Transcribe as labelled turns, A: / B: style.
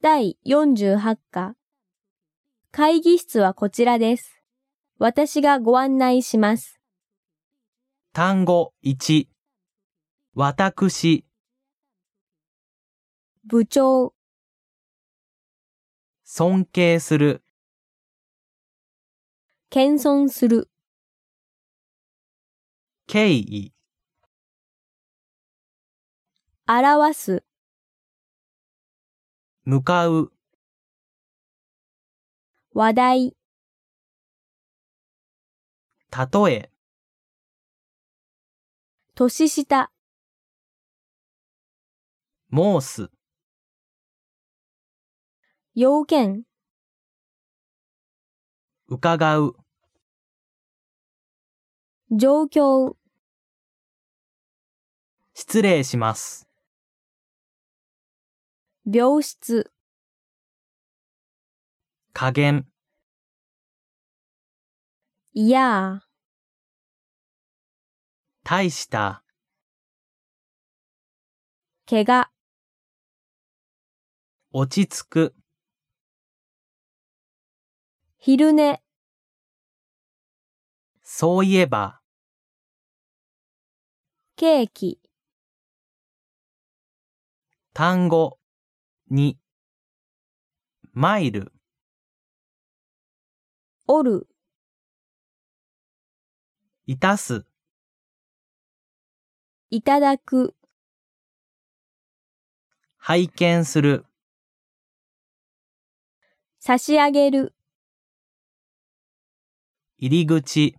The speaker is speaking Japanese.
A: 第48課。会議室はこちらです。私がご案内します。
B: 単語1、私、
A: 部長、
B: 尊敬する、
A: 謙遜する、
B: 敬意、
A: 表す、
B: 向かう、
A: 話題、
B: 例え、
A: 年下、
B: 申す、
A: 要件、
B: 伺う、
A: 状況、
B: 失礼します、
A: 病室、
B: 加減、
A: いやー、
B: 大した、
A: 怪我、
B: 落ち着く、
A: 昼寝、
B: そういえば、
A: ケーキ、
B: 単語2、マイル、
A: 折る、
B: いたす、
A: いただく、
B: 拝見する、
A: 差し上げる、
B: 入り口、